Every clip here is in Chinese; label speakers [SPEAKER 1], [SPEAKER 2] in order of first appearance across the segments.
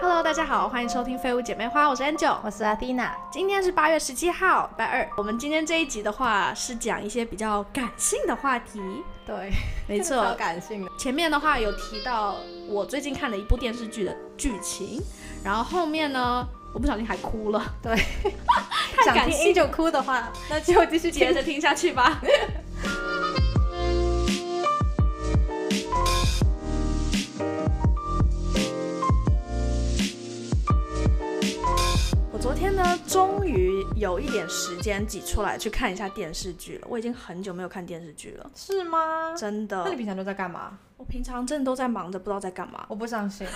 [SPEAKER 1] Hello，大家好，欢迎收听《废物姐妹花》，我是 Angel，
[SPEAKER 2] 我是阿蒂娜。
[SPEAKER 1] 今天是八月十七号，拜二。我们今天这一集的话是讲一些比较感性的话题。
[SPEAKER 2] 对，
[SPEAKER 1] 没
[SPEAKER 2] 超
[SPEAKER 1] 错，
[SPEAKER 2] 感性的。
[SPEAKER 1] 前面的话有提到我最近看的一部电视剧的剧情，然后后面呢，我不小心还哭了，
[SPEAKER 2] 想
[SPEAKER 1] 感
[SPEAKER 2] 听
[SPEAKER 1] 性
[SPEAKER 2] Angel 哭的话，那就继续听
[SPEAKER 1] 接着听下去吧。 我昨天呢，终于有一点时间挤出来去看一下电视剧了。我已经很久没有看电视剧了，
[SPEAKER 2] 是吗？
[SPEAKER 1] 真
[SPEAKER 2] 那你
[SPEAKER 1] 的。
[SPEAKER 2] 平常都在干嘛？
[SPEAKER 1] 我平常真的都在忙着，不知道在干嘛。
[SPEAKER 2] 我不相信，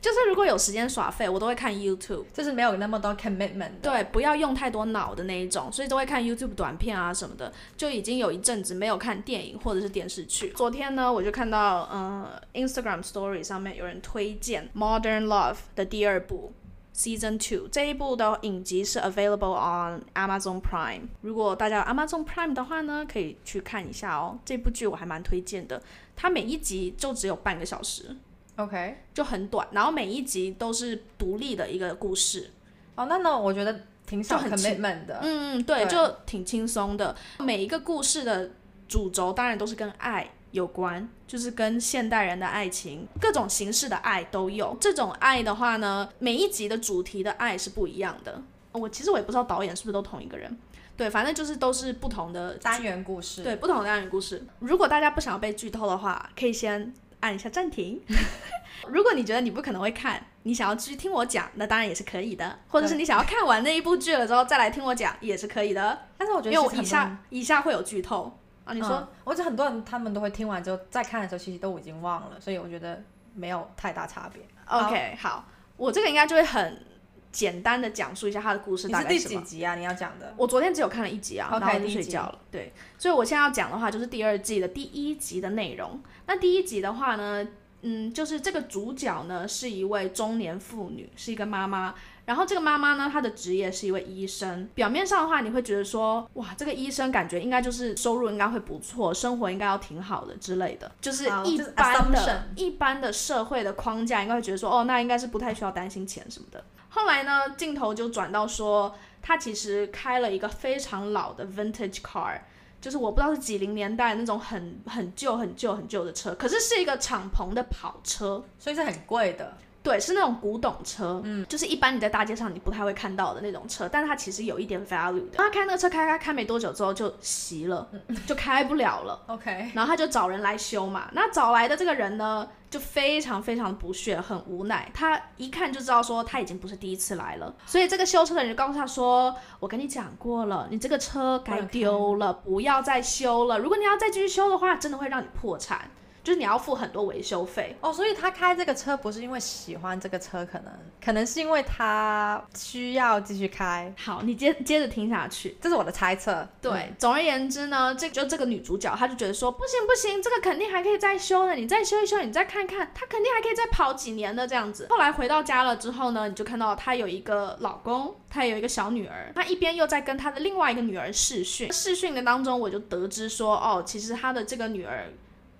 [SPEAKER 1] 就是如果有时间耍废，我都会看 YouTube。
[SPEAKER 2] 就是没有那么多 commitment 的。
[SPEAKER 1] 对，不要用太多脑的那一种，所以都会看 YouTube 短片啊什么的，就已经有一阵子没有看电影或者是电视剧。昨天呢，我就看到，嗯、Instagram Story 上面有人推荐《Modern Love》的第二部。Season Two 这一部的影集是 available on Amazon Prime。如果大家有 Amazon Prime 的话呢，可以去看一下哦。这部剧我还蛮推荐的，它每一集就只有半个小时，
[SPEAKER 2] OK，
[SPEAKER 1] 就很短，然后每一集都是独立的一个故事。
[SPEAKER 2] 哦，那那我觉得挺少
[SPEAKER 1] 就很轻
[SPEAKER 2] commitment 的。
[SPEAKER 1] 嗯，对，
[SPEAKER 2] 对
[SPEAKER 1] 就挺轻松的。每一个故事的主轴当然都是跟爱有关，就是跟现代人的爱情，各种形式的爱都有。这种爱的话呢，每一集的主题的爱是不一样的。我其实我也不知道导演是不是都同一个人，对，反正就是都是不同的
[SPEAKER 2] 单元故事。
[SPEAKER 1] 对，不同的单元故事。如果大家不想要被剧透的话，可以先按一下暂停。 如果你觉得你不可能会看，你想要继续听我讲，那当然也是可以的；或者是
[SPEAKER 2] 对
[SPEAKER 1] 你想要看完那一部剧了之后再来听我讲，也是可以的。
[SPEAKER 2] 但是我觉
[SPEAKER 1] 因
[SPEAKER 2] 得
[SPEAKER 1] 为
[SPEAKER 2] 其
[SPEAKER 1] 我以
[SPEAKER 2] 实很多
[SPEAKER 1] 下以下会有剧透啊，你说、
[SPEAKER 2] 嗯我觉得很多人他们都会听完之后再看的时候，其实都已经忘了，所以我觉得没有太大差别。
[SPEAKER 1] OK 好，我这个应该就会很简单的讲述一下它的故事
[SPEAKER 2] 你
[SPEAKER 1] 大
[SPEAKER 2] 是
[SPEAKER 1] 概
[SPEAKER 2] 第
[SPEAKER 1] 什
[SPEAKER 2] 几
[SPEAKER 1] 么。
[SPEAKER 2] 集啊？你要讲的？
[SPEAKER 1] 我昨天只有看了一集啊
[SPEAKER 2] OK，
[SPEAKER 1] 然后我
[SPEAKER 2] 第
[SPEAKER 1] 就
[SPEAKER 2] 一
[SPEAKER 1] 睡
[SPEAKER 2] 集
[SPEAKER 1] 觉了。对，所以我现在要讲的话就是第二季的第一集的内容。那第一集的话呢，嗯，就是这个主角呢是一位中年妇女，是一个妈妈。然后这个妈妈呢，她的职业是一位医生。表面上的话，你会觉得说，哇，这个医生感觉应该就是收入应该会不错，生活应该要挺好的之类的，就是
[SPEAKER 2] 好
[SPEAKER 1] 一
[SPEAKER 2] 就是
[SPEAKER 1] 般的、
[SPEAKER 2] assumption
[SPEAKER 1] 一般的社会的框架，应该会觉得说，哦，那应该是不太需要担心钱什么的。后来呢，镜头就转到说，她其实开了一个非常老的 vintage car，就是我不知道是几零年代那种很很旧、很旧、很旧的车，可是是一个敞篷的跑车，
[SPEAKER 2] 所以是很贵的。
[SPEAKER 1] 对，是那种古董车，嗯，就是一般你在大街上你不太会看到的那种车，但是它其实有一点 value 的。他开那个车开开开没多久之后就熄了，就开不了了。
[SPEAKER 2] OK，
[SPEAKER 1] 然后他就找人来修嘛。那找来的这个人呢，就非常非常不屑，很无奈。他一看就知道说他已经不是第一次来了，所以这个修车的人就告诉他说：“我跟你讲过了，你这个车该丢了，不要再修了。如果你要再继续修的话，真的会让你破产，就是你要付很多维修费。”
[SPEAKER 2] 哦，所以他开这个车不是因为喜欢这个车，可能可能是因为他需要继续开，
[SPEAKER 1] 好，你接接着听下去。
[SPEAKER 2] 这是我的猜测。嗯
[SPEAKER 1] 对，总而言之呢，这就这个女主角，她就觉得说，不行不行，这个肯定还可以再修的，你再修一修，你再看看，她肯定还可以再跑几年的这样子。后来回到家了之后呢，你就看到她有一个老公，她有一个小女儿，她一边又在跟她的另外一个女儿试训。试训的当中，我就得知说，哦，其实她的这个女儿，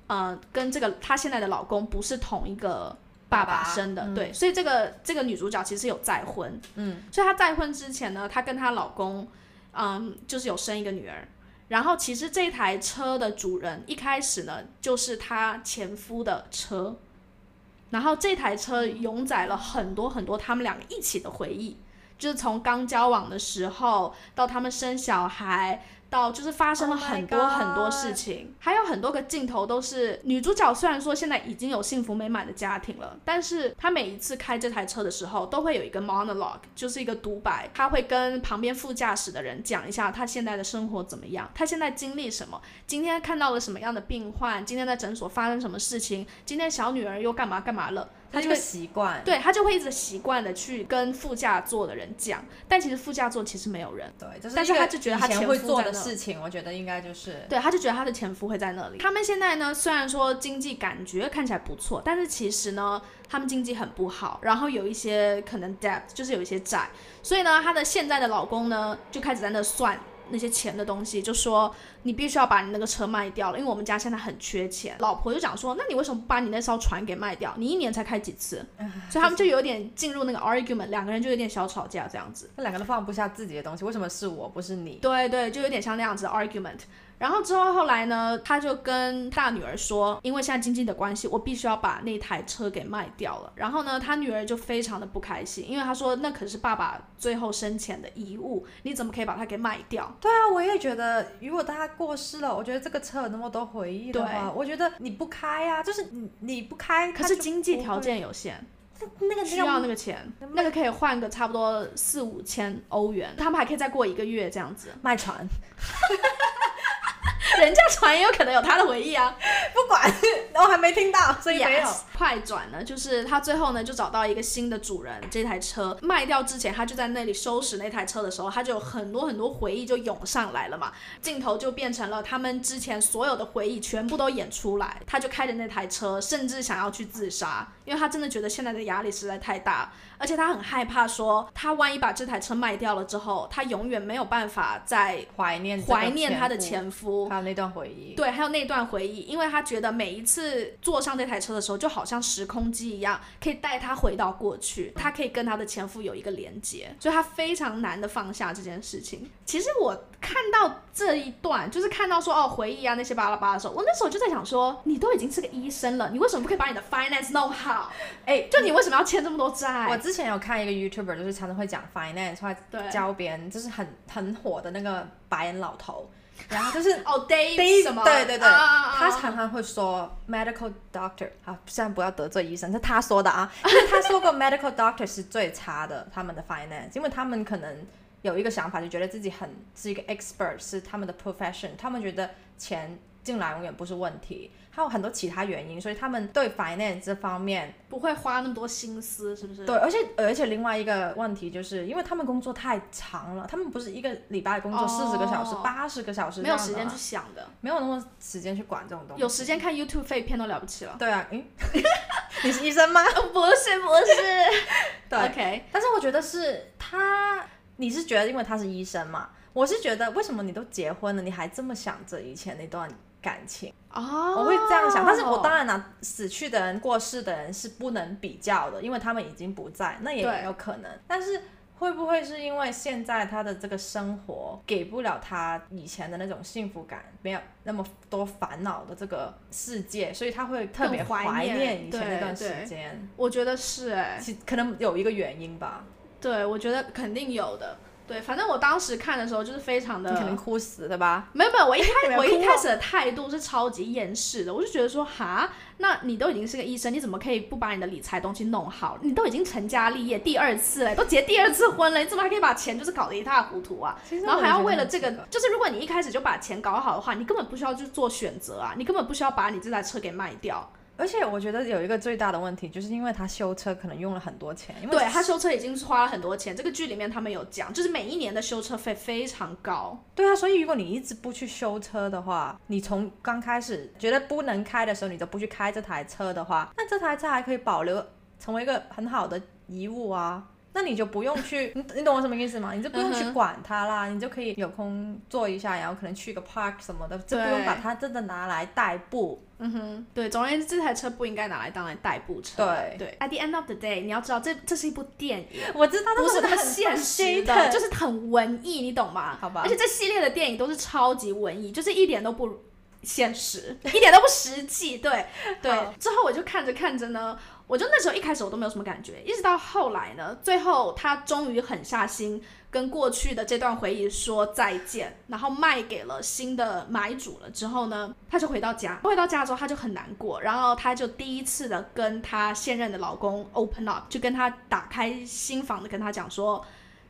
[SPEAKER 1] 呃，跟这个她现在的老公不是同一个。爸
[SPEAKER 2] 爸
[SPEAKER 1] 爸
[SPEAKER 2] 爸
[SPEAKER 1] 生的，对，所以这个这个女主角其实有再婚，
[SPEAKER 2] 嗯，
[SPEAKER 1] 所以她再婚之前呢，她跟她老公，嗯，就是有生一个女儿。然后其实这台车的主人一开始呢，就是她前夫的车，然后这台车永载了很多很多他们两个一起的回忆，就是从刚交往的时候到他们生小孩。到就是发生了
[SPEAKER 2] Oh my
[SPEAKER 1] 很多
[SPEAKER 2] God
[SPEAKER 1] 很多事情还有很多个镜头都是女主角。虽然说现在已经有幸福美满的家庭了，但是她每一次开这台车的时候，都会有一个 monologue，就是一个独白。她会跟旁边副驾驶的人讲一下她现在的生活怎么样，她现在经历什么，今天看到了什么样的病患，今天在诊所发生什么事情，今天小女儿又干嘛干嘛了，她
[SPEAKER 2] 他
[SPEAKER 1] 就
[SPEAKER 2] 这
[SPEAKER 1] 会
[SPEAKER 2] 个习惯。
[SPEAKER 1] 对他就会一直习惯的去跟副驾座的人讲，但其实副驾座其实没有人，
[SPEAKER 2] 对，就是
[SPEAKER 1] 但是
[SPEAKER 2] 一个
[SPEAKER 1] 他就觉得他
[SPEAKER 2] 以前
[SPEAKER 1] 前夫
[SPEAKER 2] 会做
[SPEAKER 1] 在
[SPEAKER 2] 的
[SPEAKER 1] 那
[SPEAKER 2] 事情，我觉得应该就是
[SPEAKER 1] 对，他就觉得他的前夫会在那里。他们现在呢，虽然说经济感觉看起来不错，但是其实呢，他们经济很不好，然后有一些可能 debt，就是有一些债，所以呢，她的现在的老公呢就开始在那算。那些钱的东西，就说你必须要把你那个车卖掉了，因为我们家现在很缺钱。老婆就讲说，那你为什么不把你那艘船给卖掉？你一年才开几次？所以他们就有点进入那个 argument，两个人就有点小吵架这样子。
[SPEAKER 2] 那两个都放不下自己的东西，为什么是我不是你？
[SPEAKER 1] 对对，就有点像那样子的 argument。然后之后后来呢，他就跟大女儿说，因为现在经济的关系，我必须要把那台车给卖掉了。然后呢，他女儿就非常的不开心，因为他说那可是爸爸最后生前的遗物，你怎么可以把它给卖掉？
[SPEAKER 2] 对啊，我也觉得，如果他过世了，我觉得这个车有那么多回忆的话，
[SPEAKER 1] 对
[SPEAKER 2] 我觉得你不开啊，就是你你不开，
[SPEAKER 1] 可
[SPEAKER 2] 它
[SPEAKER 1] 是
[SPEAKER 2] 就
[SPEAKER 1] 经济
[SPEAKER 2] 不会
[SPEAKER 1] 条件有限，
[SPEAKER 2] 那个
[SPEAKER 1] 需要那
[SPEAKER 2] 个
[SPEAKER 1] 个钱
[SPEAKER 2] 那，
[SPEAKER 1] 那个可以换个差不多四五千欧元，他们还可以再过一个月这样子。
[SPEAKER 2] 卖船，
[SPEAKER 1] 人家船也有可能有他的回忆啊，
[SPEAKER 2] 不管， 我还没听到，所以没有。
[SPEAKER 1] Yes，快转呢，就是他最后呢就找到一个新的主人，这台车卖掉之前，他就在那里收拾那台车的时候，他就有很多很多回忆就涌上来了嘛。镜头就变成了他们之前所有的回忆全部都演出来，他就开着那台车，甚至想要去自杀，因为他真的觉得现在的压力实在太大，而且他很害怕说，他万一把这台车卖掉了之后，他永远没有办法再
[SPEAKER 2] 怀念这个
[SPEAKER 1] 怀念他的
[SPEAKER 2] 夫，
[SPEAKER 1] 前夫，
[SPEAKER 2] 还有那段回忆。
[SPEAKER 1] 对，还有那段回忆，因为他觉得每一次坐上这台车的时候，就好像时空机一样，可以带他回到过去，他可以跟他的前夫有一个连接，所以他非常难的放下这件事情。其实我看到这一段，就是看到说哦回忆啊那些巴拉巴拉的时候，我那时候就在想说，你都已经是个医生了，你为什么不可以把你的 finance 弄好？
[SPEAKER 2] 哎
[SPEAKER 1] 就你为什么要欠这么多
[SPEAKER 2] 我
[SPEAKER 1] 债？
[SPEAKER 2] 之前有看一个 YouTuber，就是常常会讲 finance，或
[SPEAKER 1] 对
[SPEAKER 2] 者教别人，就是很很火的那个白人老 头，然后就是
[SPEAKER 1] 哦 Dave
[SPEAKER 2] Dave，
[SPEAKER 1] 什么？
[SPEAKER 2] 对对对
[SPEAKER 1] 啊啊啊啊
[SPEAKER 2] 他常常会说 medical doctor 啊，虽然不要得罪医生，是他说的啊，因为他说过 medical doctor 是最差的，他们的 finance，因为他们可能有一个想法，就觉得自己很是一个 expert，是他们的 profession，他们觉得钱进来永远不是问题，还有很多其他原因，所以他们对 finance 这方面，
[SPEAKER 1] 不会花那么多心思，是不是？
[SPEAKER 2] 对，而且呃而且另外一个问题就是，因为他们工作太长了，他们不是一个礼拜工作四十个小时
[SPEAKER 1] 哦、
[SPEAKER 2] 八十、个小时这
[SPEAKER 1] 没有
[SPEAKER 2] 样的
[SPEAKER 1] 时
[SPEAKER 2] 嘛，
[SPEAKER 1] 间去想的，
[SPEAKER 2] 没有那么多时间去管这种东西，
[SPEAKER 1] 有时间看 YouTube 废片都了不起了。
[SPEAKER 2] 对啊，嗯， 你是医生吗？
[SPEAKER 1] 呃不是不是
[SPEAKER 2] 对，
[SPEAKER 1] ，OK，
[SPEAKER 2] 但是我觉得是他，你是觉得因为他是医生嘛？我是觉得为什么你都结婚了，你还这么想着以前那段感情？
[SPEAKER 1] 哦
[SPEAKER 2] 我会这样想，但是我当然啦，死去的人、过世的人是不能比较的，因为他们已经不在，那也
[SPEAKER 1] 对
[SPEAKER 2] 有可能，但是。会不会是因为现在他的这个生活给不了他以前的那种幸福感，没有那么多烦恼的这个世界，所以他会特别
[SPEAKER 1] 更怀
[SPEAKER 2] 怀
[SPEAKER 1] 念
[SPEAKER 2] 念以前
[SPEAKER 1] 对
[SPEAKER 2] 那段时
[SPEAKER 1] 对
[SPEAKER 2] 间？
[SPEAKER 1] 我觉得是哎、
[SPEAKER 2] 其可能有一个原因吧，
[SPEAKER 1] 对我觉得肯定有的，对，反正我当时看的时候就是非常
[SPEAKER 2] 你
[SPEAKER 1] 的。
[SPEAKER 2] 可能哭死对吧？
[SPEAKER 1] 没有没有， 我一开
[SPEAKER 2] 有
[SPEAKER 1] 我
[SPEAKER 2] 哭
[SPEAKER 1] 一
[SPEAKER 2] 哦
[SPEAKER 1] 开始的态度是超级厌世的，我就觉得说哈，那你都已经是个医生，你怎么可以不把你的理财东西弄好？你都已经成家立业第二次了，都结第二次婚了，你怎么还可以把钱就是搞得一塌糊涂啊？然后还要为了这
[SPEAKER 2] 啊
[SPEAKER 1] 个，就是如果你一开始就把钱搞好的话，你根本不需要去做选择啊，你根本不需要把你这台车给卖掉。啊
[SPEAKER 2] 而且我觉得有一个最大的问题，就是因为他修车可能用了很多钱，因为
[SPEAKER 1] 对他修车已经是花了很多钱，这个剧里面他们有讲，就是每一年的修车费非常高。
[SPEAKER 2] 对啊，所以如果你一直不去修车的话，你从刚开始觉得不能开的时候，你都不去开这台车的话，那这台车还可以保留成为一个很好的遗物啊。那你就不用 去，你你懂我什么意思吗？你就不用
[SPEAKER 1] 嗯
[SPEAKER 2] 去
[SPEAKER 1] 哼
[SPEAKER 2] 管它啦，你就可以有空做一下，然后可能去个 park 什么的，就不用
[SPEAKER 1] 对
[SPEAKER 2] 把它真的拿来代步。
[SPEAKER 1] 嗯哼，对，总而言之，这台车不应该拿来当来代步车。
[SPEAKER 2] 对
[SPEAKER 1] 对，at the end of the day，你要知道这这是一部电影，
[SPEAKER 2] 我知道，但
[SPEAKER 1] 不是
[SPEAKER 2] 我
[SPEAKER 1] 那么
[SPEAKER 2] 很
[SPEAKER 1] 现实
[SPEAKER 2] frustrated
[SPEAKER 1] 的，就是很文艺，你懂吗？
[SPEAKER 2] 好吧
[SPEAKER 1] 而且这系列的电影都是超级文艺，就是一点都不现实，一点都不实际。对对
[SPEAKER 2] 好。
[SPEAKER 1] 之后我就看着看着呢，我就那时候一开始我都没有什么感觉，一直到后来呢，最后他终于狠下心跟过去的这段回忆说再见，然后卖给了新的买主了之后呢，他就回到家，回到家之后他就很难过，然后他就第一次的跟他现任的老公 open up，就跟他打开心房的跟他讲说。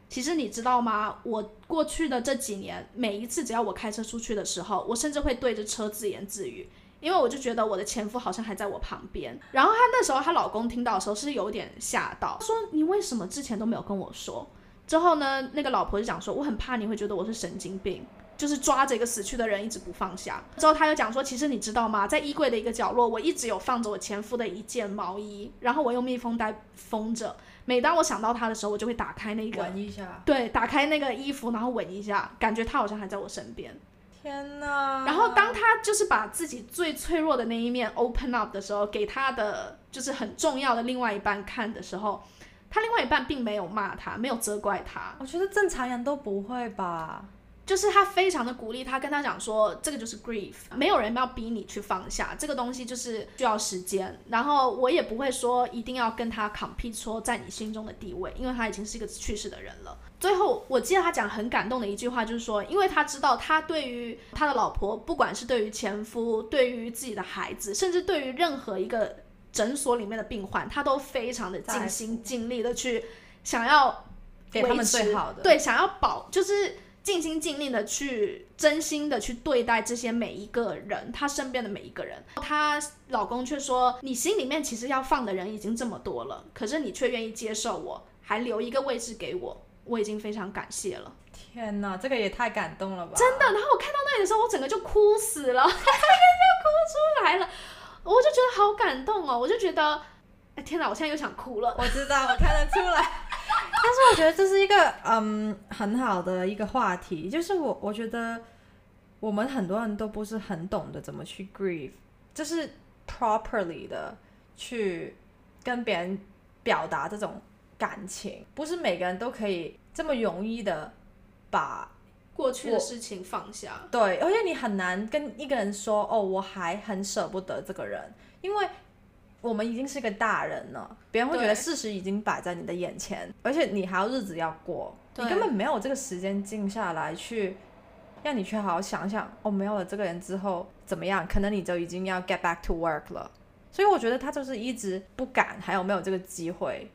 [SPEAKER 1] 其实你知道吗？我过去的这几年，每一次只要我开车出去的时候，我甚至会对着车自言自语，因为我就觉得我的前夫好像还在我旁边。然后她那时候她老公听到的时候是有点吓到，说你为什么之前都没有跟我说？之后呢，那个老婆就讲说，我很怕你会觉得我是神经病，就是抓着一个死去的人一直不放下。之后她又讲说，其实你知道吗，在衣柜的一个角落，我一直有放着我前夫的一件毛衣，然后我用密封袋封着。每当我想到它的时候，我就会打开那个，
[SPEAKER 2] 闻一下，
[SPEAKER 1] 对，打开那个衣服，然后闻一下，感觉它好像还在我身边。
[SPEAKER 2] 天哪！
[SPEAKER 1] 然后当他就是把自己最脆弱的那一面 open up 的时候，给他的就是很重要的另外一半看的时候，他另外一半并没有骂他，没有责怪他，
[SPEAKER 2] 我觉得正常人都不会吧。
[SPEAKER 1] 就是他非常的鼓励他，跟他讲说，这个就是 grief，没有人要逼你去放下这个东西，就是需要时间。然后我也不会说一定要跟他 compete 说在你心中的地位，因为他已经是一个去世的人了。最后我记得他讲很感动的一句话，就是说，因为他知道他对于他的老婆，不管是对于前夫，对于自己的孩子，甚至对于任何一个诊所里面的病患，他都非常的尽
[SPEAKER 2] 在
[SPEAKER 1] 心尽力的去想要
[SPEAKER 2] 给他
[SPEAKER 1] 维
[SPEAKER 2] 们
[SPEAKER 1] 持
[SPEAKER 2] 最好的
[SPEAKER 1] 对，想要保就是尽心尽力的去真心的去对待这些每一个人，她身边的每一个人。她老公却说：“你心里面其实要放的人已经这么多了，可是你却愿意接受我，还留一个位置给我，我已经非常感谢了。”
[SPEAKER 2] 天哪，这个也太感动了吧！
[SPEAKER 1] 真的。然后我看到那里的时候，我整个就哭死了，我真 的哭出来了，我就觉得好感动哦，我就觉得，哎天哪，我现在又想哭了。
[SPEAKER 2] 我知道，我看得出来。 但是我觉得这是一个嗯很好的一个话题，就是我我觉得我们很多人都不是很懂得怎么去 grieve，就是 properly 的去跟别人表达这种感情，不是每个人都可以这么容易的把
[SPEAKER 1] 过去的
[SPEAKER 2] 我
[SPEAKER 1] 事情放下，
[SPEAKER 2] 对，而且你很难跟一个人说哦，我还很舍不得这个人，因为我们已经是个大人了，别人会觉
[SPEAKER 1] 对
[SPEAKER 2] 得事实已经摆在你的眼前，而且你还有日子要过，你
[SPEAKER 1] 对
[SPEAKER 2] 根本没有这个时间静下来去让你去好好想想哦，没有了这个人之后怎么样？可能你就已经要 get back to work 了。所以我觉得他就是一直不敢，还有没有这个机会？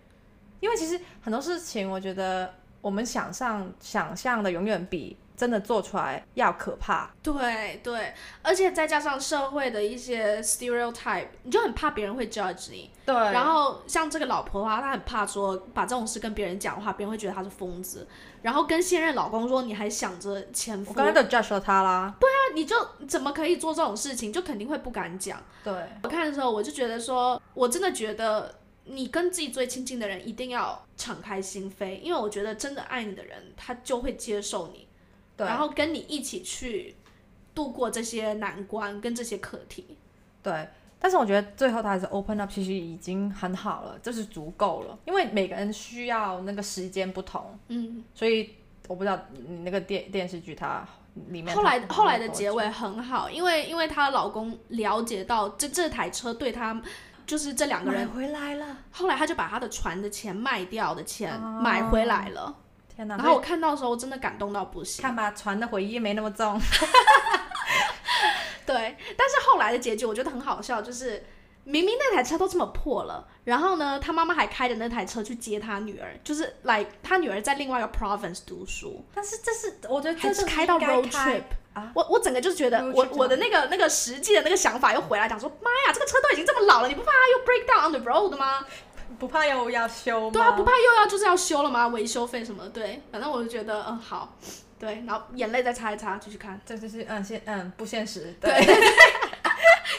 [SPEAKER 2] 因为其实很多事情，我觉得我们想象想象的永远比真的做出来要可怕。
[SPEAKER 1] 对对，而且再加上社会的一些 stereotype，你就很怕别人会 judge 你。
[SPEAKER 2] 对，
[SPEAKER 1] 然后像这个老婆的话，她很怕说把这种事跟别人讲的话，别人会觉得她是疯子。然后跟现任老公说你还想着前
[SPEAKER 2] 我
[SPEAKER 1] 夫，
[SPEAKER 2] 刚才
[SPEAKER 1] 那
[SPEAKER 2] 都 judge 了他啦。对
[SPEAKER 1] 你就怎么可以做这种事情？就肯定会不敢讲。
[SPEAKER 2] 对
[SPEAKER 1] 我看的时候，我就觉得说，我真的觉得你跟自己最亲近的人一定要敞开心扉，因为我觉得真的爱你的人，他就会接受你。然后跟你一起去度过这些难关跟这些课题。
[SPEAKER 2] 对，但是我觉得最后他还是 open up，其实已经很好了，就是足够了，因为每个人需要那个时间不同，
[SPEAKER 1] 嗯，
[SPEAKER 2] 所以我不知道你那个电电视剧它里面
[SPEAKER 1] 后来
[SPEAKER 2] 它
[SPEAKER 1] 后来的结尾很好，因为因为她老公了解到这这台车对她。就是这两个
[SPEAKER 2] 买
[SPEAKER 1] 人，
[SPEAKER 2] 回来了，
[SPEAKER 1] 后来她就把她的船的钱卖掉的钱买回来了。
[SPEAKER 2] 天哪！
[SPEAKER 1] 然后我看到的时候，我真的感动到不行。
[SPEAKER 2] 看吧，船的回忆没那么重，
[SPEAKER 1] 对，但是后来的结局我觉得很好笑，就是明明那台车都这么破了，然后呢，他妈妈还开着那台车去接他女儿，就是来他女儿在另外一个 province 读书，
[SPEAKER 2] 但是这是我觉得
[SPEAKER 1] 还
[SPEAKER 2] 这
[SPEAKER 1] 是
[SPEAKER 2] 是
[SPEAKER 1] 开到
[SPEAKER 2] 应该
[SPEAKER 1] road
[SPEAKER 2] 开
[SPEAKER 1] trip
[SPEAKER 2] 啊
[SPEAKER 1] 我我整个就是觉得
[SPEAKER 2] road
[SPEAKER 1] 我
[SPEAKER 2] trip
[SPEAKER 1] 我的那个那个实际的那个想法又回来，讲说妈呀，这个车都已经这么老了，你不怕它又 break down on the road 吗？
[SPEAKER 2] 不怕又要修吗？
[SPEAKER 1] 对啊，不怕又要就是要修了吗？维修费什么的？对，反正我就觉得嗯好，对，然后眼泪再擦一擦，继续看。
[SPEAKER 2] 这就是嗯现嗯不现实，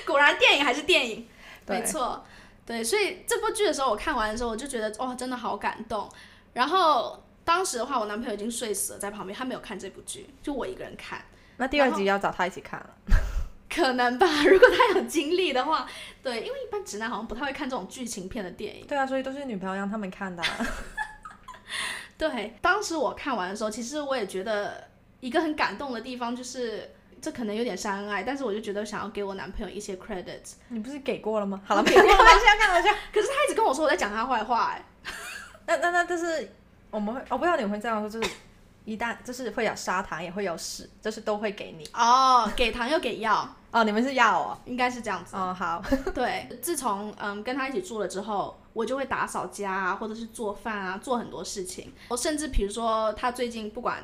[SPEAKER 1] 果然电影还是电影，
[SPEAKER 2] 对
[SPEAKER 1] 没错，对，所以这部剧的时候我看完的时候，我就觉得哇、真的好感动。然后当时的话，我男朋友已经睡死了，在旁边，他没有看这部剧，就我一个人看。
[SPEAKER 2] 那第二集要找他一起看了。
[SPEAKER 1] 可能吧，如果他有经历的话， 对，因为一般直男好像不太会看这种剧情片的电影。
[SPEAKER 2] 对啊，所以都是女朋友让他们看的啊、
[SPEAKER 1] 对，当时我看完的时候，其实我也觉得一个很感动的地方就是，这可能有点伤恩爱，但是我就觉得想要给我男朋友一些 credit。
[SPEAKER 2] 你不是给过了吗？ 好了，
[SPEAKER 1] 给
[SPEAKER 2] 没
[SPEAKER 1] 过
[SPEAKER 2] 有
[SPEAKER 1] 了
[SPEAKER 2] 开玩笑，开玩笑。
[SPEAKER 1] 可是他一直跟我说我在讲他坏话、哎，
[SPEAKER 2] 那那那，就是我们会，我不知道你们会这样说，就是一旦就是会有砂糖，也会有屎，就是都会给你。
[SPEAKER 1] 哦，给糖又给药，
[SPEAKER 2] 哦，你们是要哦。
[SPEAKER 1] 应该是这样子。
[SPEAKER 2] 哦，好，
[SPEAKER 1] 对，自从嗯跟他一起住了之后，我就会打扫家啊，或者是做饭啊，做很多事情。我甚至比如说他最近不管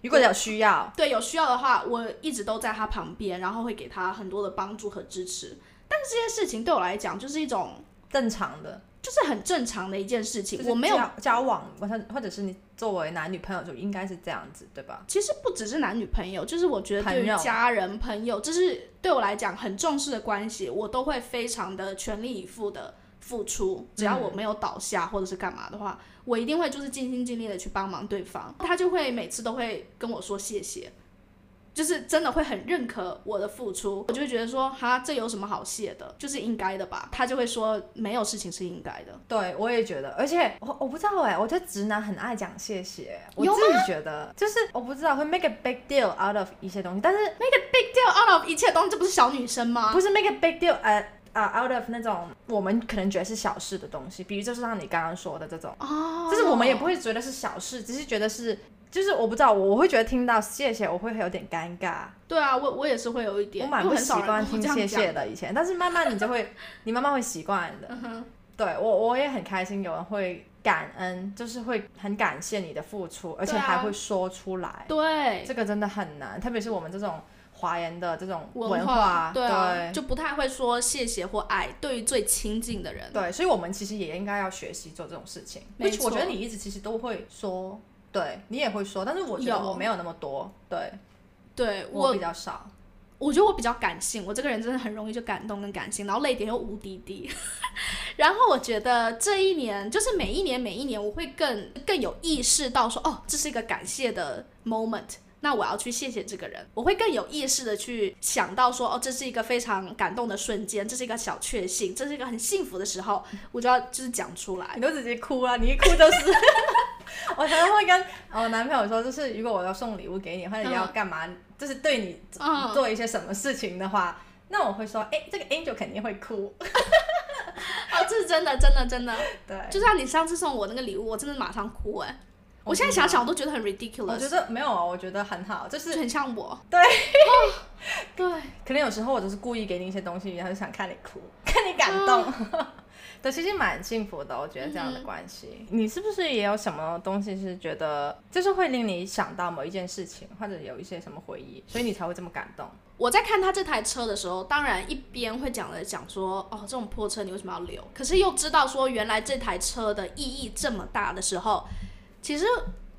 [SPEAKER 2] 如果有需要，
[SPEAKER 1] 对，有需要的话，我一直都在他旁边，然后会给他很多的帮助和支持。但是这些事情对我来讲，就是一种，
[SPEAKER 2] 正常的，
[SPEAKER 1] 就是很正常的一件事情。
[SPEAKER 2] 就是
[SPEAKER 1] 我没有，
[SPEAKER 2] 交交往，或者或者是你作为男女朋友就应该是这样子，对吧？
[SPEAKER 1] 其实不只是男女朋友，就是我觉得对
[SPEAKER 2] 朋
[SPEAKER 1] 于
[SPEAKER 2] 友
[SPEAKER 1] 家人、朋友，这是对我来讲很重视的关系，我都会非常的全力以赴的付出，只要我没有倒下或者是干嘛的话，我一定会就是尽心尽力的去帮忙对方。他就会每次都会跟我说谢谢，就是真的会很认可我的付出。我就会觉得说，哈，这有什么好谢的？就是应该的吧。他就会说，没有事情是应该的。
[SPEAKER 2] 对，我也觉得，而且我我不知道哎、我觉得直男很爱讲谢谢，我
[SPEAKER 1] 有
[SPEAKER 2] 自己觉得就是我不知道会 make a big deal out of 一些东西，但是
[SPEAKER 1] Big deal out of 一切东西，这不是小女生吗？
[SPEAKER 2] 不是 make a big deal 呃啊 out of 那种我们可能觉得是小事的东西，比如就是像你刚刚说的这种，
[SPEAKER 1] 哦，
[SPEAKER 2] 就是我们也不会觉得是小事，只是觉得是就是我不知道，我我会觉得听到谢谢我会有点尴尬，
[SPEAKER 1] 对啊，我我也是会有一点，
[SPEAKER 2] 我蛮
[SPEAKER 1] 因为
[SPEAKER 2] 不
[SPEAKER 1] 很
[SPEAKER 2] 习
[SPEAKER 1] 少人
[SPEAKER 2] 惯
[SPEAKER 1] 跟我
[SPEAKER 2] 听
[SPEAKER 1] 这样
[SPEAKER 2] 谢
[SPEAKER 1] 讲
[SPEAKER 2] 谢的以前，但是慢慢你 就会你慢慢会习惯的。
[SPEAKER 1] 嗯哼，
[SPEAKER 2] 对我我也很开心有人会感恩，就是会很感谢你的付出，而且
[SPEAKER 1] 对啊
[SPEAKER 2] 还会说出来，
[SPEAKER 1] 对，
[SPEAKER 2] 这个真的很难，特别是我们这种华人的这种
[SPEAKER 1] 文
[SPEAKER 2] 文
[SPEAKER 1] 对啊，
[SPEAKER 2] 对
[SPEAKER 1] 就不太会说谢谢或爱，对于最亲近的人，
[SPEAKER 2] 对，所以我们其实也应该要学习做这种事情。
[SPEAKER 1] 没
[SPEAKER 2] which 我
[SPEAKER 1] 错
[SPEAKER 2] 觉得你一直其实都会说，对你也会说，但是我觉得
[SPEAKER 1] 有
[SPEAKER 2] 我没有那么多，对
[SPEAKER 1] 对
[SPEAKER 2] 我
[SPEAKER 1] 我
[SPEAKER 2] 比较少。
[SPEAKER 1] 我觉得我比较感性，我这个人真的很容易就感动跟感性，然后泪点又无敌低。 然后我觉得这一年，就是每一年每一年，我会更更有意识到说，哦，这是一个感谢的 moment。那我要去谢谢这个人，我会更有意识的去想到说，哦，这是一个非常感动的瞬间，这是一个小确幸，这是一个很幸福的时候，我就要就是讲出来。
[SPEAKER 2] 哎你都直接哭了，你一哭就是。 我常常会跟我男朋友说，就是如果我要送礼物给你，或者你要干嘛，就是对你
[SPEAKER 1] 嗯，
[SPEAKER 2] 做一些什么事情的话，那我会说，哎、这个 Angel 肯定会哭。
[SPEAKER 1] 哦，这是真的，真的，真的。
[SPEAKER 2] 对，
[SPEAKER 1] 就像你上次送我那个礼物，我真的马上哭哎、我
[SPEAKER 2] 我
[SPEAKER 1] 现在想想，我都觉得很 ridiculous，
[SPEAKER 2] 我觉得没有啊，我觉得很好，就
[SPEAKER 1] 就是很像我。
[SPEAKER 2] 对
[SPEAKER 1] 哦 对，
[SPEAKER 2] 可能有时候我就是故意给你一些东西，然后就想看你哭， 看你感动。
[SPEAKER 1] 嗯
[SPEAKER 2] 对，其实蛮幸福的，我觉得这样的关系。
[SPEAKER 1] 嗯
[SPEAKER 2] 你是不是也有什么东西是觉得，就是会令你想到某一件事情，或者有一些什么回忆，所以你才会这么感动？
[SPEAKER 1] 我在看他这台车的时候，当然一边会讲着讲说，哦，这种破车你为什么要留？可是又知道说原来这台车的意义这么大的时候，其实。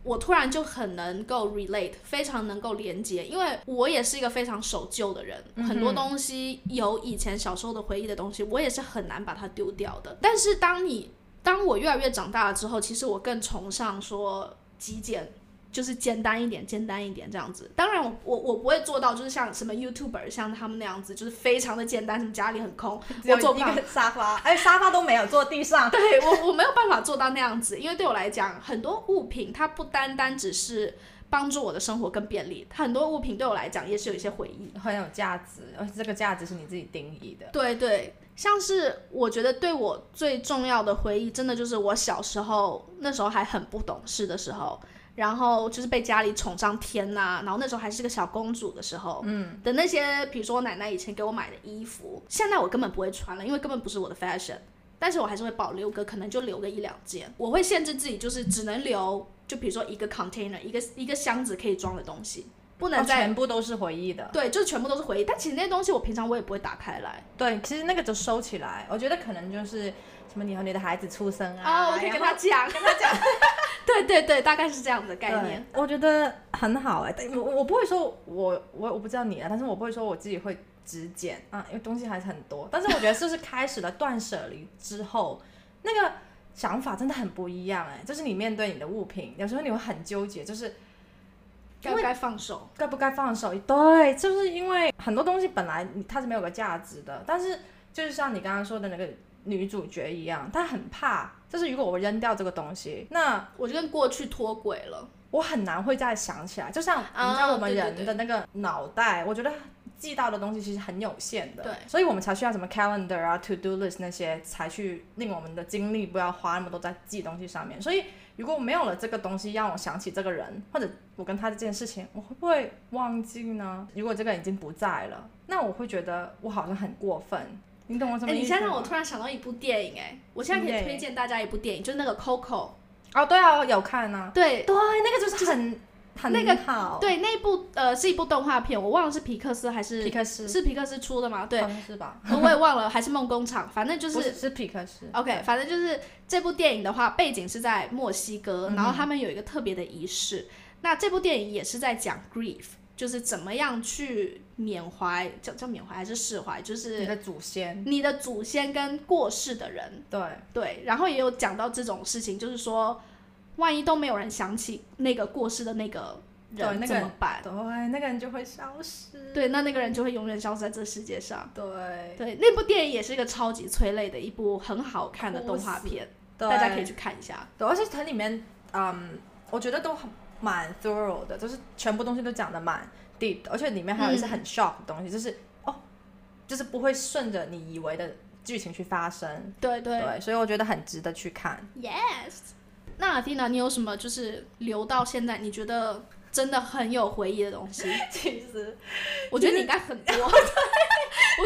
[SPEAKER 1] 我突然就很能够 relate，非常能够连接，因为我也是一个非常守旧的人，
[SPEAKER 2] 嗯哼
[SPEAKER 1] 很多东西有以前小时候的回忆的东西，我也是很难把它丢掉的。但是当你当我越来越长大了之后，其实我更崇尚说极简，就是简单一点，简单一点这样子。当然我，我我不会做到，就是像什么 YouTuber 像他们那样子，就是非常的简单，什么家里很 空，我做
[SPEAKER 2] 做
[SPEAKER 1] 不
[SPEAKER 2] 一
[SPEAKER 1] 到。
[SPEAKER 2] 个沙发，哎，沙发都没有，坐地上。
[SPEAKER 1] 对我我没有办法做到那样子，因为对我来讲，很多物品它不单单只是帮助我的生活更便利，很多物品对我来讲也是有一些回忆。
[SPEAKER 2] 很有价值，而且这个价值是你自己定义的。
[SPEAKER 1] 对对，像是我觉得对我最重要的回忆，真的就是我小时候那时候还很不懂事的时候，然后就是被家里宠上天呐、然后那时候还是个小公主的时候，嗯，的那些，比如说我奶奶以前给我买的衣服，现在我根本不会穿了，因为根本不是我的 fashion。但是我还是会保留个，可能就留个一两件。我会限制自己，就是只能留，就比如说一个 container，一个一个箱子可以装的东西，不能
[SPEAKER 2] 哦
[SPEAKER 1] 再、
[SPEAKER 2] 全部都是回忆的。
[SPEAKER 1] 对，就是哦全部都是回忆。但其实那些东西我平常我也不会打开来。
[SPEAKER 2] 对，其实那个就收起来。我觉得可能就是什么你和你的孩子出生啊，
[SPEAKER 1] 啊，我可以跟
[SPEAKER 2] 然
[SPEAKER 1] 他
[SPEAKER 2] 后
[SPEAKER 1] 讲，跟他讲。 对对对，大概是这样的概念。
[SPEAKER 2] 对我觉得很好哎、但我我我不会说我我我不知道你啊，但是我不会说我自己会只减啊，因为东西还是很多。但是我觉得就是开始了断舍离之后，那个想法真的很不一样哎、就是你面对你的物品，有时候你会很纠结，就是
[SPEAKER 1] 该不该放手？
[SPEAKER 2] 该不该放手？对，就是因为很多东西本来你它是没有个价值的，但是就是像你刚刚说的那个女主角一样，她很怕，就是如果我扔掉这个东西，那
[SPEAKER 1] 我就跟过去脱轨了。
[SPEAKER 2] 我很难会再想起来。就像
[SPEAKER 1] 啊
[SPEAKER 2] 你知道我们
[SPEAKER 1] 对对
[SPEAKER 2] 人的那个脑袋，我觉得。记到的东西其实很有限的，
[SPEAKER 1] 对
[SPEAKER 2] 所以我们才需要什么 calendar 啊、to do list 那些，才去令我们的精力不要花那么多在记东西上面。所以如果没有了这个东西，让我想起这个人，或者我跟他这件事情，我会不会忘记呢？如果这个人已经不在了，那我会觉得我好像很过分。你懂我什
[SPEAKER 1] 哎、
[SPEAKER 2] 么意思吗？
[SPEAKER 1] 你现在让我突然想到一部电影、哎，我现在可以
[SPEAKER 2] 什么电影
[SPEAKER 1] 推荐大家一部电影，就是那个 Coco。
[SPEAKER 2] 哦，对啊，我有看啊，
[SPEAKER 1] 对
[SPEAKER 2] 对，那个就是很、很
[SPEAKER 1] 那个
[SPEAKER 2] 好，
[SPEAKER 1] 对，那部呃是一部动画片，我忘了是皮克斯还是
[SPEAKER 2] 皮克斯
[SPEAKER 1] 是皮克斯出的吗？对，
[SPEAKER 2] 好像是吧？
[SPEAKER 1] 我也忘了，还是梦工厂，反正就
[SPEAKER 2] 不
[SPEAKER 1] 是
[SPEAKER 2] 是是皮克斯
[SPEAKER 1] OK，反正就是这部电影的话，背景是在墨西哥，
[SPEAKER 2] 嗯哼
[SPEAKER 1] 然后他们有一个特别的仪式。那这部电影也是在讲 grief，就是怎么样去缅怀，叫叫缅怀还是释怀，就
[SPEAKER 2] 你
[SPEAKER 1] 是
[SPEAKER 2] 的祖先，
[SPEAKER 1] 你的祖先跟过世的人，
[SPEAKER 2] 对，
[SPEAKER 1] 对，然后也有讲到这种事情，就是说，万一都没有人想起那个过世的那个
[SPEAKER 2] 对那
[SPEAKER 1] 人
[SPEAKER 2] 个
[SPEAKER 1] 怎么
[SPEAKER 2] 人
[SPEAKER 1] 办？
[SPEAKER 2] 对，那个人就会消失，
[SPEAKER 1] 对，那那个人就会永远消失在这世界上。
[SPEAKER 2] 对，
[SPEAKER 1] 对，那部电影也是一个超级催泪的一部很好看的
[SPEAKER 2] 哭
[SPEAKER 1] 动画
[SPEAKER 2] 死
[SPEAKER 1] 片，
[SPEAKER 2] 对
[SPEAKER 1] 大家可以去看一下。
[SPEAKER 2] 对，而且它里面，嗯，我觉得都很蛮 thorough 的，就是全部东西都讲的蛮 deep 的，而且里面还有一些
[SPEAKER 1] 嗯
[SPEAKER 2] 很 shock 的东西，就是哦，就是不会顺着你以为的剧情去发生，
[SPEAKER 1] 对对
[SPEAKER 2] 对，所以我觉得很值得去 看。
[SPEAKER 1] Yes。那 Athena，你有什么就是留到现在你觉得真的很有回忆的东西？
[SPEAKER 2] 其实，
[SPEAKER 1] 我觉得你应该很 多， 我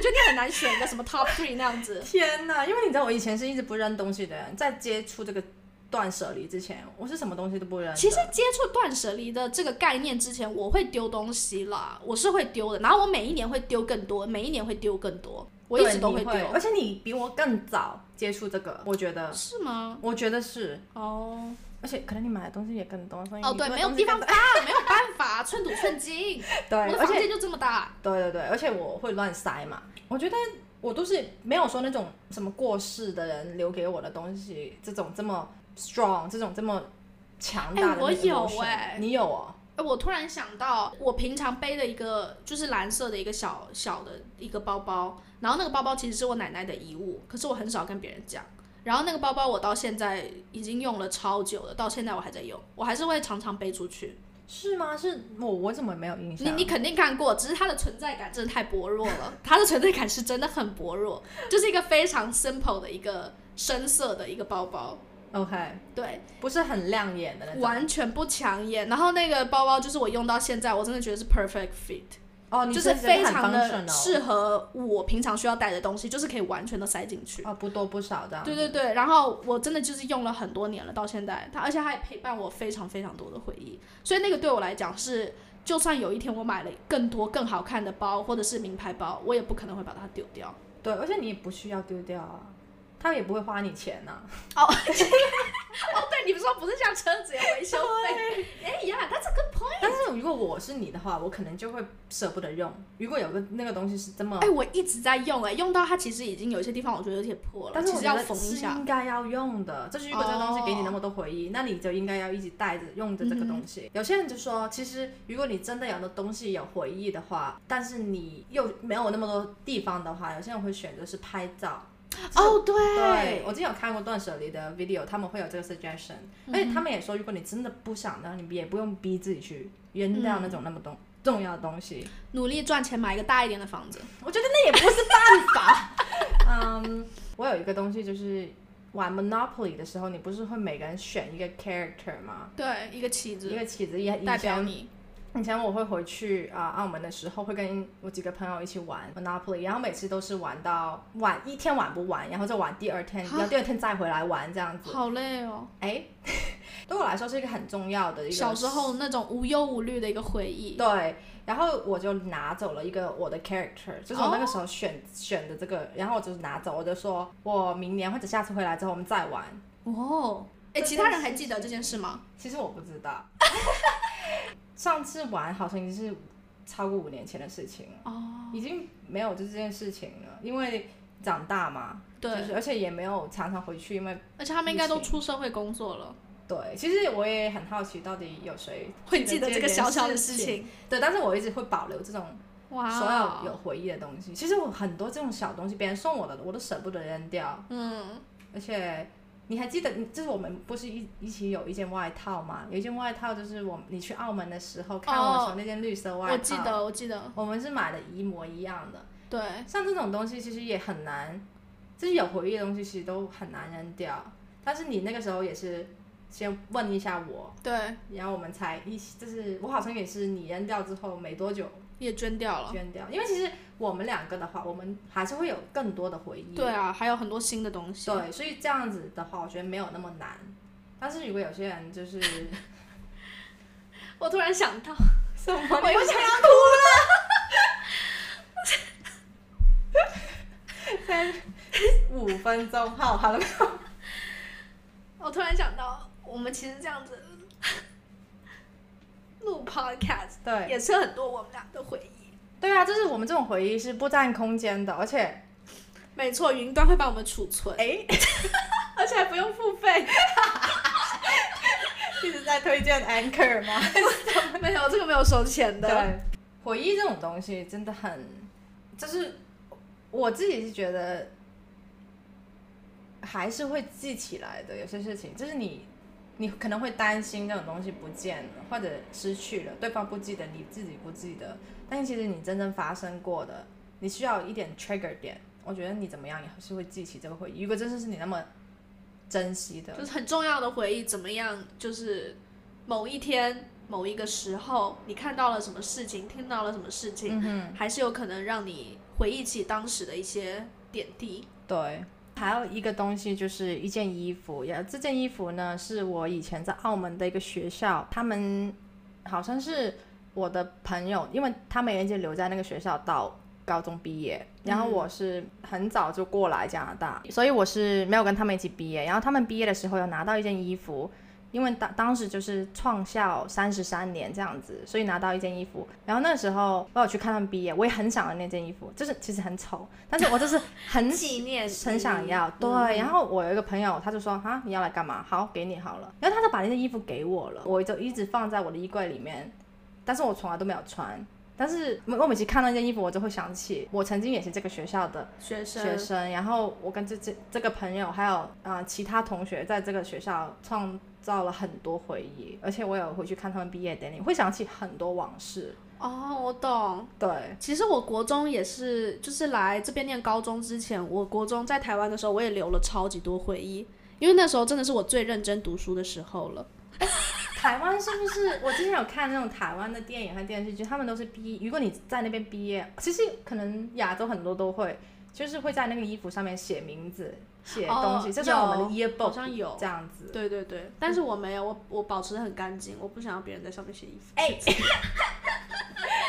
[SPEAKER 1] 觉得你很难选一个什么 top three 那样子。
[SPEAKER 2] 天哪，因为你知道我以前是一直不扔东西的人，在接触这个断舍离之前，我是什么东西都不扔 的。
[SPEAKER 1] 其实接触断舍离的这个概念之前，我会丢东西啦，我是会丢的。然后我每一年会丢更多，每一年会丢更多，我一
[SPEAKER 2] 对
[SPEAKER 1] 直都
[SPEAKER 2] 你
[SPEAKER 1] 丢。
[SPEAKER 2] 而且你比我更早接触这个，我觉得，
[SPEAKER 1] 是吗？
[SPEAKER 2] 我觉得是，
[SPEAKER 1] 哦
[SPEAKER 2] 而且可能你买的东西也更多，所以
[SPEAKER 1] 哦，
[SPEAKER 2] 你
[SPEAKER 1] 对，
[SPEAKER 2] 丢的
[SPEAKER 1] 没有
[SPEAKER 2] 东西
[SPEAKER 1] 地方
[SPEAKER 2] 更
[SPEAKER 1] 放，没有办法，寸土寸金。
[SPEAKER 2] 对，
[SPEAKER 1] 我的
[SPEAKER 2] 而
[SPEAKER 1] 房
[SPEAKER 2] 且
[SPEAKER 1] 间就这么大。
[SPEAKER 2] 对对对，而且我会乱塞嘛，我觉得我都是没有说那种什么过世的人留给我的东西，这种这么 strong，这种这么强大
[SPEAKER 1] 哎
[SPEAKER 2] 的、
[SPEAKER 1] 我有哎
[SPEAKER 2] 你有哦，
[SPEAKER 1] 哎，我突然想到，我平常背的一个就是蓝色的一个小小的一个包包，然后那个包包其实是我奶奶的遗物，可是我很少跟别人讲。然后那个包包我到现在已经用了超久了，到现在我还在用，我还是会常常背出去。
[SPEAKER 2] 是吗？是我我怎么没有印
[SPEAKER 1] 你
[SPEAKER 2] 象？
[SPEAKER 1] 你肯定看过，只是它的存在感真的太薄弱了，它的存在感是真的很薄弱，就是一个非常 simple 的一个深色的一个包包，
[SPEAKER 2] OK，
[SPEAKER 1] 对，
[SPEAKER 2] 不是很亮眼的那种。
[SPEAKER 1] 完全不抢眼。然后那个包包就是我用到现在，我真的觉得是 perfect fit，
[SPEAKER 2] 哦，你
[SPEAKER 1] 就是非常的
[SPEAKER 2] 是
[SPEAKER 1] 适合我平常需要带的东西，就是可以完全的塞进去。
[SPEAKER 2] 哦，不多不少这样。
[SPEAKER 1] 对对对，然后我真的就是用了很多年了，到现在它，而且它也陪伴我非常非常多的回忆，所以那个对我来讲是，就算有一天我买了更多更好看的包或者是名牌包，我也不可能会把它丢掉。
[SPEAKER 2] 对，而且你也不需要丢掉啊，他也不会花你钱呐、
[SPEAKER 1] 哦，对，你们说不是像车子有维修费？哎呀，但是
[SPEAKER 2] 但是如果我是你的话，我可能就会舍不得用。如果有个那个东西是这么
[SPEAKER 1] 哎、我一直在用哎、用到它其实已经有一些地方我觉得有点破了，
[SPEAKER 2] 但是
[SPEAKER 1] 其
[SPEAKER 2] 我
[SPEAKER 1] 实
[SPEAKER 2] 觉
[SPEAKER 1] 要
[SPEAKER 2] 得
[SPEAKER 1] 缝一
[SPEAKER 2] 是
[SPEAKER 1] 下。
[SPEAKER 2] 应该要用的。就是如果这个东西给你那么多回忆，那你就应该要一直带着用着这个东西。有些人就说，其实如果你真的有的东西有回忆的话，但是你又没有那么多地方的话，有些人会选择是拍照。
[SPEAKER 1] 哦，对，
[SPEAKER 2] 对，我之前有看过断舍离的 video，他们会有这个 suggestion，、而
[SPEAKER 1] 嗯
[SPEAKER 2] 且他们也说，如果你真的不想的，你也不用逼自己去扔掉那种那么
[SPEAKER 1] 嗯
[SPEAKER 2] 东、重要的东西。
[SPEAKER 1] 努力赚钱买一个大一点的房子。
[SPEAKER 2] 我觉得那也不是办法。 嗯，我有一个东西就是玩 Monopoly 的时候，你不是会每个人选一个 character 吗？
[SPEAKER 1] 对，一个棋
[SPEAKER 2] 一
[SPEAKER 1] 子
[SPEAKER 2] 个棋子也
[SPEAKER 1] 代表。你。
[SPEAKER 2] 以前以前我会回去啊、澳门的时候，会跟我几个朋友一起玩 Monopoly，然后每次都是玩到晚一天玩不完，然后再玩第二天，
[SPEAKER 1] 啊
[SPEAKER 2] 然后第二天再回来玩这样子。
[SPEAKER 1] 好累哦，
[SPEAKER 2] 哎， 对我来说是一个很重要的一个
[SPEAKER 1] 小时候那种无忧无虑的一个回忆。
[SPEAKER 2] 对，然后我就拿走了一个我的 character，就是我那个时候
[SPEAKER 1] 哦
[SPEAKER 2] 选、选的这个，然后我就拿走，我就说我明年或者下次回来之后我们再玩。
[SPEAKER 1] 哦，哎，
[SPEAKER 2] 这
[SPEAKER 1] 其他
[SPEAKER 2] 件
[SPEAKER 1] 人
[SPEAKER 2] 事
[SPEAKER 1] 还记得这件事吗？
[SPEAKER 2] 其实我不知道， 上次玩好像已经是超过五年前的事情了，
[SPEAKER 1] 哦，
[SPEAKER 2] 已经没有这件事情了，因为长大嘛，
[SPEAKER 1] 对，
[SPEAKER 2] 就是而且也没有常常回去，因为
[SPEAKER 1] 而且他们应该都
[SPEAKER 2] 疫情
[SPEAKER 1] 出社会工作了，
[SPEAKER 2] 对，其实我也很好奇到底有谁
[SPEAKER 1] 会记得这个
[SPEAKER 2] 件
[SPEAKER 1] 小小的事
[SPEAKER 2] 事，
[SPEAKER 1] 情。
[SPEAKER 2] 对，但是我一直会保留这种
[SPEAKER 1] 哇，哦
[SPEAKER 2] 所有有回忆的东西。其实我很多这种小东西，别人送我的，我都舍不得扔掉。
[SPEAKER 1] 嗯，
[SPEAKER 2] 而且你还记得，你就是我们不是一一起有一件外套嘛？有一件外套就是我你去澳门的时候看我的时候那件绿色外套，
[SPEAKER 1] 哦我记。得，哎我记得，
[SPEAKER 2] 我们是买的一模一样的。
[SPEAKER 1] 对，
[SPEAKER 2] 像这种东西其实也很难，就是有回忆的东西其实都很难扔掉。但是你那个时候也是先问一下我，
[SPEAKER 1] 对，
[SPEAKER 2] 然后我们才一起，就是我好像也是你扔掉之后没多久
[SPEAKER 1] 也捐掉了。
[SPEAKER 2] 捐掉，因为其实我们两个的话，我们还是会有更多的回忆。
[SPEAKER 1] 对啊，还有很多新的东西。
[SPEAKER 2] 对，所以这样子的话，我觉得没有那么难。但是如果有些人就是
[SPEAKER 1] 我突然想到，
[SPEAKER 2] 什么
[SPEAKER 1] 我又想
[SPEAKER 2] 要哭了。三五分钟，好好了，
[SPEAKER 1] 我突然想到，我们其实这样子录 p podcast，
[SPEAKER 2] 对
[SPEAKER 1] 也是很多我们俩的回忆。
[SPEAKER 2] 对啊，就是我们这种回忆是不占空间的，而 且
[SPEAKER 1] 没错，云端会帮我们储存，
[SPEAKER 2] 哎，
[SPEAKER 1] 而且还不用付费。
[SPEAKER 2] 一直在推荐 Anchor 吗？
[SPEAKER 1] 没有，这个没有收钱的。
[SPEAKER 2] 对，回忆这种东西真的很，就是我自己是觉得还是会记起来的。有些事情就是你，你可能会担心这种东西不见了，或者失去了，对方不记得，你自己不记得。但其实你真正发生过的，你需要一点 trigger 点。我觉得你怎么样，也是会记起这个回忆。如果真的是你那么珍惜的，
[SPEAKER 1] 就是很重要的回忆，怎么样？就是某一天、某一个时候，你看到了什么事情，听到了什么事情，
[SPEAKER 2] 嗯哼，
[SPEAKER 1] 还是有可能让你回忆起当时的一些点滴。
[SPEAKER 2] 对，还有一个东西就是一件衣服，也这件衣服呢是我以前在澳门的一个学校，他们好像是我的朋友，因为他们也一直留在那个学校到高中毕业，然后
[SPEAKER 1] 嗯
[SPEAKER 2] 我是很早就过来加拿大，所以我是没有跟他们一起毕业，然后他们毕业的时候有拿到一件衣服。因为当当时就是创校三十三年这样子，所以拿到一件衣服。然后那时候我有去看他们毕业，我也很想要那件衣服，就是其实很丑，但是我就是很
[SPEAKER 1] 纪念
[SPEAKER 2] 很
[SPEAKER 1] 嗯
[SPEAKER 2] 想要，对。然
[SPEAKER 1] 后
[SPEAKER 2] 后我有一个朋友，他就说啊，你要来干嘛？好，给你好了。然后他就把那件衣服给我了，我就一直放在我的衣柜里面，但是我从来都没有穿。但是我我每次看到那件衣服，我就会想起我曾经也是这个学校的
[SPEAKER 1] 学生
[SPEAKER 2] 学生，然后我跟这这这个朋友还有啊、呃其他同学在这个学校创造了很多回忆，而且我有回去看他们毕业典礼，会想起很多往事。
[SPEAKER 1] 哦，我懂。
[SPEAKER 2] 对，
[SPEAKER 1] 其实我国中也是，就是来这边念高中之前，我国中在台湾的时候，我也留了超级多回忆，因为那时候真的是我最认真读书的时候了。
[SPEAKER 2] 台湾是不是？我之前有看那种台湾的电影和电视剧，他们都是毕，如果你在那边毕业，其实可能亚洲很多都会，就是会在那个衣服上面写名字、写东西，
[SPEAKER 1] 哦
[SPEAKER 2] 就像我们的
[SPEAKER 1] 好
[SPEAKER 2] yearbook
[SPEAKER 1] 像有
[SPEAKER 2] 这样子。嗯
[SPEAKER 1] 对对对，但是我没有，我我保持的很干净，我不想要别人在上面写衣服。
[SPEAKER 2] 哎，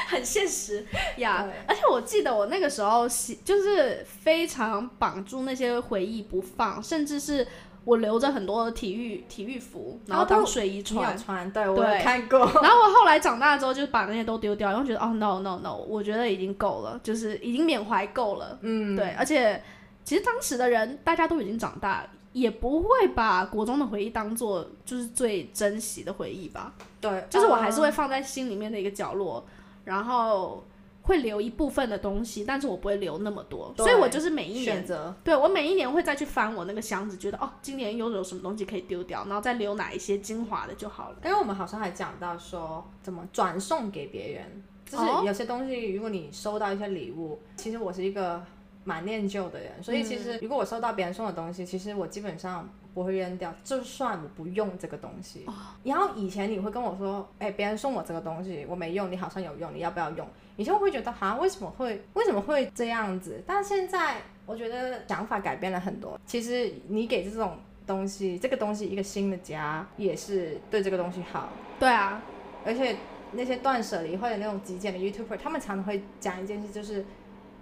[SPEAKER 1] 很现实呀
[SPEAKER 2] 对
[SPEAKER 1] 而且我记得我那个时候写，就是非常绑住那些回忆不放，甚至是我留着很多体育体育服，然后当睡衣
[SPEAKER 2] 哦你有
[SPEAKER 1] 穿。
[SPEAKER 2] 穿？对我
[SPEAKER 1] 对
[SPEAKER 2] 有看过。
[SPEAKER 1] 然后我后来长大之后，就是把那些都丢掉，因为觉得哦，no no no，我觉得已经够了，就是已经缅怀够了。
[SPEAKER 2] 嗯，
[SPEAKER 1] 对，而且其实当时的人大家都已经长大，也不会把国中的回忆当做就是最珍惜的回忆吧。
[SPEAKER 2] 对，
[SPEAKER 1] 就是我还是
[SPEAKER 2] 哦
[SPEAKER 1] 会放在心里面的一个角落，然后会留一部分的东西，但是我不会留那么多，
[SPEAKER 2] 对
[SPEAKER 1] 所以我就是每
[SPEAKER 2] 呃
[SPEAKER 1] 一
[SPEAKER 2] 选
[SPEAKER 1] 年，
[SPEAKER 2] 择。
[SPEAKER 1] 对我每一年会再去翻我那个箱子，觉得哦，今年又有什么东西可以丢掉，然后再留哪一些精华的就好了。
[SPEAKER 2] 刚刚我们好像还讲到说怎么转送给别人，就是
[SPEAKER 1] 哦
[SPEAKER 2] 有些东西，如果你收到一些礼物，其实我是一个蛮念旧的人，所以其实如果我收到别人送的东西，其实我基本上不会扔掉，就算我不用这个东西。然后以前你会跟我说，哎，别人送我这个东西，我没用，你好像有用，你要不要用？以前我会觉得，哈，为什么会为什么会这样子？但现在我觉得想法改变了很多。其实你给这种东西，这个东西一个新的家，也是对这个东西好。
[SPEAKER 1] 对啊，
[SPEAKER 2] 而且那些断舍离或者那种极简的 YouTuber，他们常常会讲一件事，就是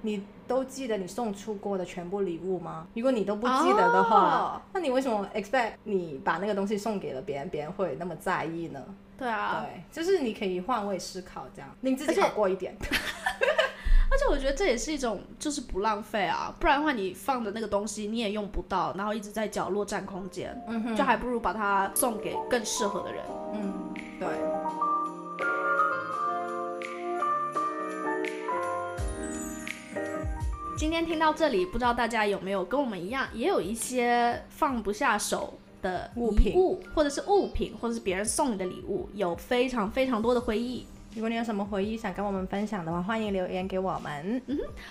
[SPEAKER 2] 你都记得你送出过的全部礼物吗？如果你都不记得的话，
[SPEAKER 1] 哦
[SPEAKER 2] 那你为什么 expect 你把那个东西送给了别人，别人会那么在意呢？
[SPEAKER 1] 对啊，
[SPEAKER 2] 对，就是你可以换位思考，这样令自
[SPEAKER 1] 而
[SPEAKER 2] 己
[SPEAKER 1] 且
[SPEAKER 2] 好过一点。
[SPEAKER 1] 而且我觉得这也是一种就是不浪费啊，不然的话你放的那个东西你也用不到，然后一直在角落占空间，
[SPEAKER 2] 嗯哼
[SPEAKER 1] 就还不如把它送给更适合的人。
[SPEAKER 2] 嗯，对。
[SPEAKER 1] 今天听到这里，不知道大家有没有跟我们一样，也有一些放不下手的
[SPEAKER 2] 物
[SPEAKER 1] 遗
[SPEAKER 2] 品
[SPEAKER 1] 物，或者是物品，或者是别人送你的礼物，有非常非常多的回忆，
[SPEAKER 2] 如果你有什么回忆想跟我们分享的话，欢迎留言给我们。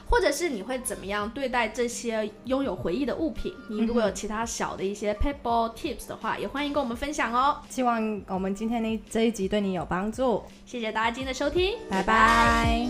[SPEAKER 1] 或者是你会怎么样对待这些拥有回忆的物品？你如果
[SPEAKER 2] 嗯
[SPEAKER 1] 有其他小的一些 paper tips 的话，也欢迎跟我们分享哦。
[SPEAKER 2] 希望我们今天的这一集对你有帮助，
[SPEAKER 1] 谢谢大家今天的收听，
[SPEAKER 2] 拜拜